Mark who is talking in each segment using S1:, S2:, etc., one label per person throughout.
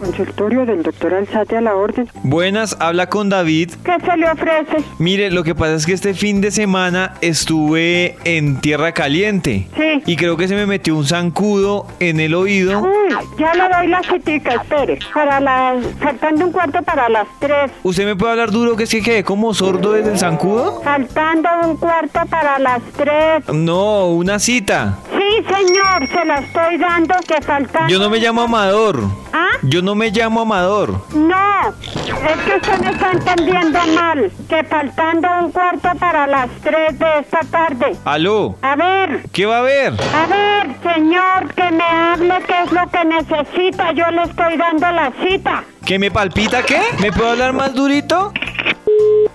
S1: Consultorio del doctor Alzate a la orden.
S2: Buenas, habla con David.
S1: ¿Qué se le ofrece?
S2: Mire, lo que pasa es que este fin de semana estuve en Tierra Caliente
S1: Sí.
S2: y creo que se me metió un zancudo en el oído.
S1: Uy, ya le doy la citica, espere. Para las... Faltando un cuarto para las tres.
S2: ¿Usted me puede hablar duro que es que quedé como sordo desde el zancudo?
S1: Faltando un cuarto para las tres.
S2: No, una cita.
S1: Sí, señor, se la estoy dando que faltan...
S2: Yo no me llamo Amador.
S1: ¿Ah?
S2: Yo no me llamo Amador.
S1: No, es que usted me está entendiendo mal. Que faltando un cuarto para las tres de esta tarde.
S2: Aló,
S1: A ver...
S2: ¿qué va a haber?
S1: A ver, señor, que me hable qué es lo que necesita. Yo le estoy dando la cita.
S2: ¿Que me palpita qué? ¿Me puede hablar más durito?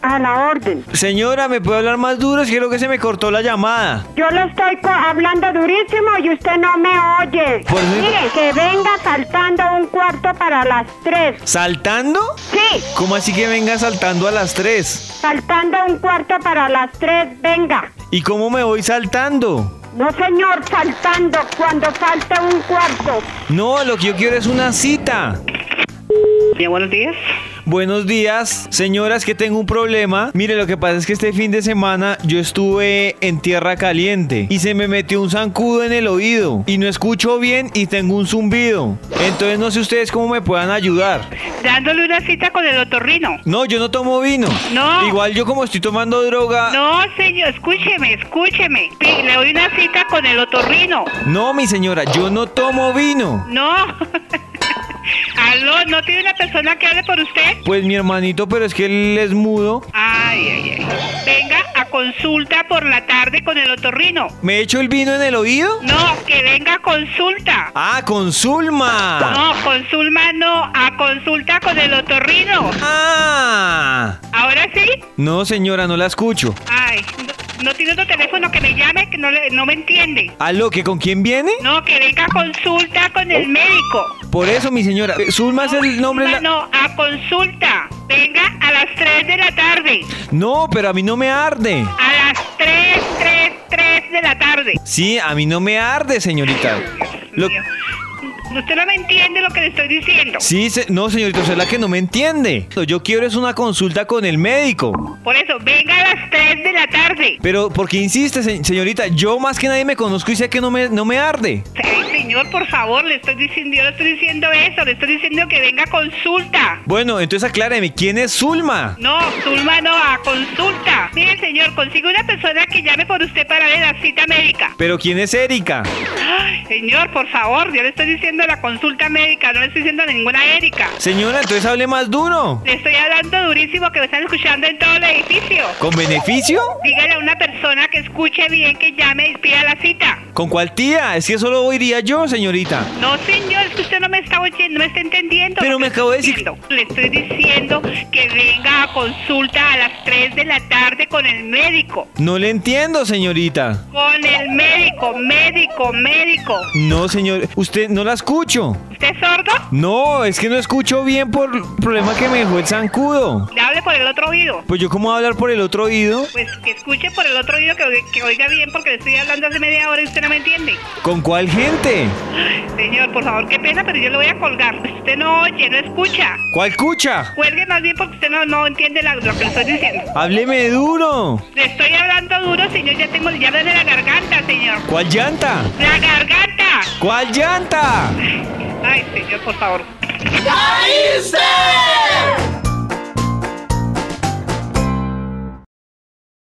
S1: A la orden.
S2: Señora, ¿me puede hablar más duro? Es que creo que se me cortó la llamada.
S1: Yo le estoy co- hablando durísimo y usted no me oye.
S2: Pues sí.
S1: Mire, que venga faltando un cuarto para las tres.
S2: ¿Saltando?
S1: Sí,
S2: ¿Cómo así que venga saltando a las 3?
S1: faltando un cuarto para las tres, venga.
S2: ¿Y cómo me voy saltando?
S1: No, señor, faltando cuando falta un cuarto.
S2: No, lo que yo quiero es una cita.
S3: Bien, buenos días.
S2: Buenos días, señoras, que tengo un problema. Mire, lo que pasa es que este fin de semana yo estuve en tierra caliente y se me metió un zancudo en el oído y no escucho bien y tengo un zumbido. Entonces no sé ustedes cómo me puedan ayudar.
S3: Dándole una cita con el otorrino.
S2: No, yo no tomo vino.
S3: No.
S2: Igual yo como estoy tomando droga...
S3: No, señor, escúcheme, escúcheme. Pi- Le doy una cita con el otorrino.
S2: No, mi señora, yo no tomo vino.
S3: No. Aló, ¿no tiene una persona que hable por usted?
S2: Pues mi hermanito, pero es que él es mudo.
S3: Ay, ay, ay. Venga a consulta por la tarde con el otorrino.
S2: ¿Me echo el vino en el oído?
S3: No, que venga a consulta.
S2: Ah, con Zulma.
S3: No, consulma no, a consulta con el otorrino.
S2: Ah.
S3: ¿Ahora sí?
S2: No, señora, no la escucho.
S3: Ay, no, no tiene otro teléfono que me llame, que no, le- no me entiende.
S2: ¿Aló, que con quién viene?
S3: No, que venga a consulta con el médico.
S2: Por eso, mi señora. Eh, Zulma es Oh. el nombre. de la-
S3: No, a consulta. Venga a las 3 de la tarde.
S2: No, pero a mí no me arde.
S3: A las 3, 3, 3 de la tarde.
S2: Sí, a mí no me arde, señorita. Lo-
S3: Mío. Usted no me entiende lo que le estoy diciendo.
S2: Sí, se- no, señorita, usted es la que no me entiende. Lo yo quiero es una consulta con el médico.
S3: Por eso, venga a las 3 de la tarde.
S2: Pero, ¿por qué insiste, se- señorita? Yo más que nadie me conozco y sé que no me, no me arde.
S3: Ay, señor, por favor, le estoy diciendo, yo le estoy diciendo eso, le estoy diciendo que venga a consulta.
S2: Bueno, entonces acláreme, ¿quién es Zulma?
S3: No, Zulma no, a consulta. Mire, señor, consigue una persona que llame por usted para ver la cita médica.
S2: Pero, ¿quién es Erika?
S3: Ay, señor, por favor, yo le estoy diciendo la consulta médica, no le estoy diciendo ninguna Erika.
S2: Señora, entonces hable más duro.
S3: Le estoy hablando durísimo que me están escuchando en todo el edificio.
S2: ¿Con beneficio?
S3: Dígale a una persona que escuche bien que llame y pida la cita.
S2: ¿Con cuál tía? Es que solo iría yo, señorita.
S3: No, señor, es que usted no me está oyendo, no me está entendiendo.
S2: Pero
S3: lo que
S2: me
S3: estoy
S2: acabo de decir-
S3: diciendo. Le estoy diciendo que venga a consulta a las 3 de la tarde con el médico.
S2: No le entiendo, señorita.
S3: Con el médico, médico, médico.
S2: No, señor. Usted no la escucho.
S3: ¿Usted es sordo?
S2: No, es que no escucho bien por el problema que me dejó el zancudo.
S3: Le hable por el otro oído.
S2: Pues yo cómo voy a hablar por el otro oído.
S3: Pues que escuche por el otro oído, que, oiga- que oiga bien, porque le estoy hablando hace media hora y usted no me entiende.
S2: ¿Con cuál gente?
S3: Señor, por favor, qué pena, pero yo le voy a colgar. Usted no oye, no escucha.
S2: ¿Cuál cucha?
S3: Cuelgue más bien porque usted no, no entiende la- lo que le estoy diciendo.
S2: Hábleme duro.
S3: Le estoy hablando duro, señor, ya tengo el llave de la garganta, señor.
S2: ¿Cuál llanta?
S3: ¡La garganta!
S2: ¿Cuál llanta?
S3: Ay, señor, por favor.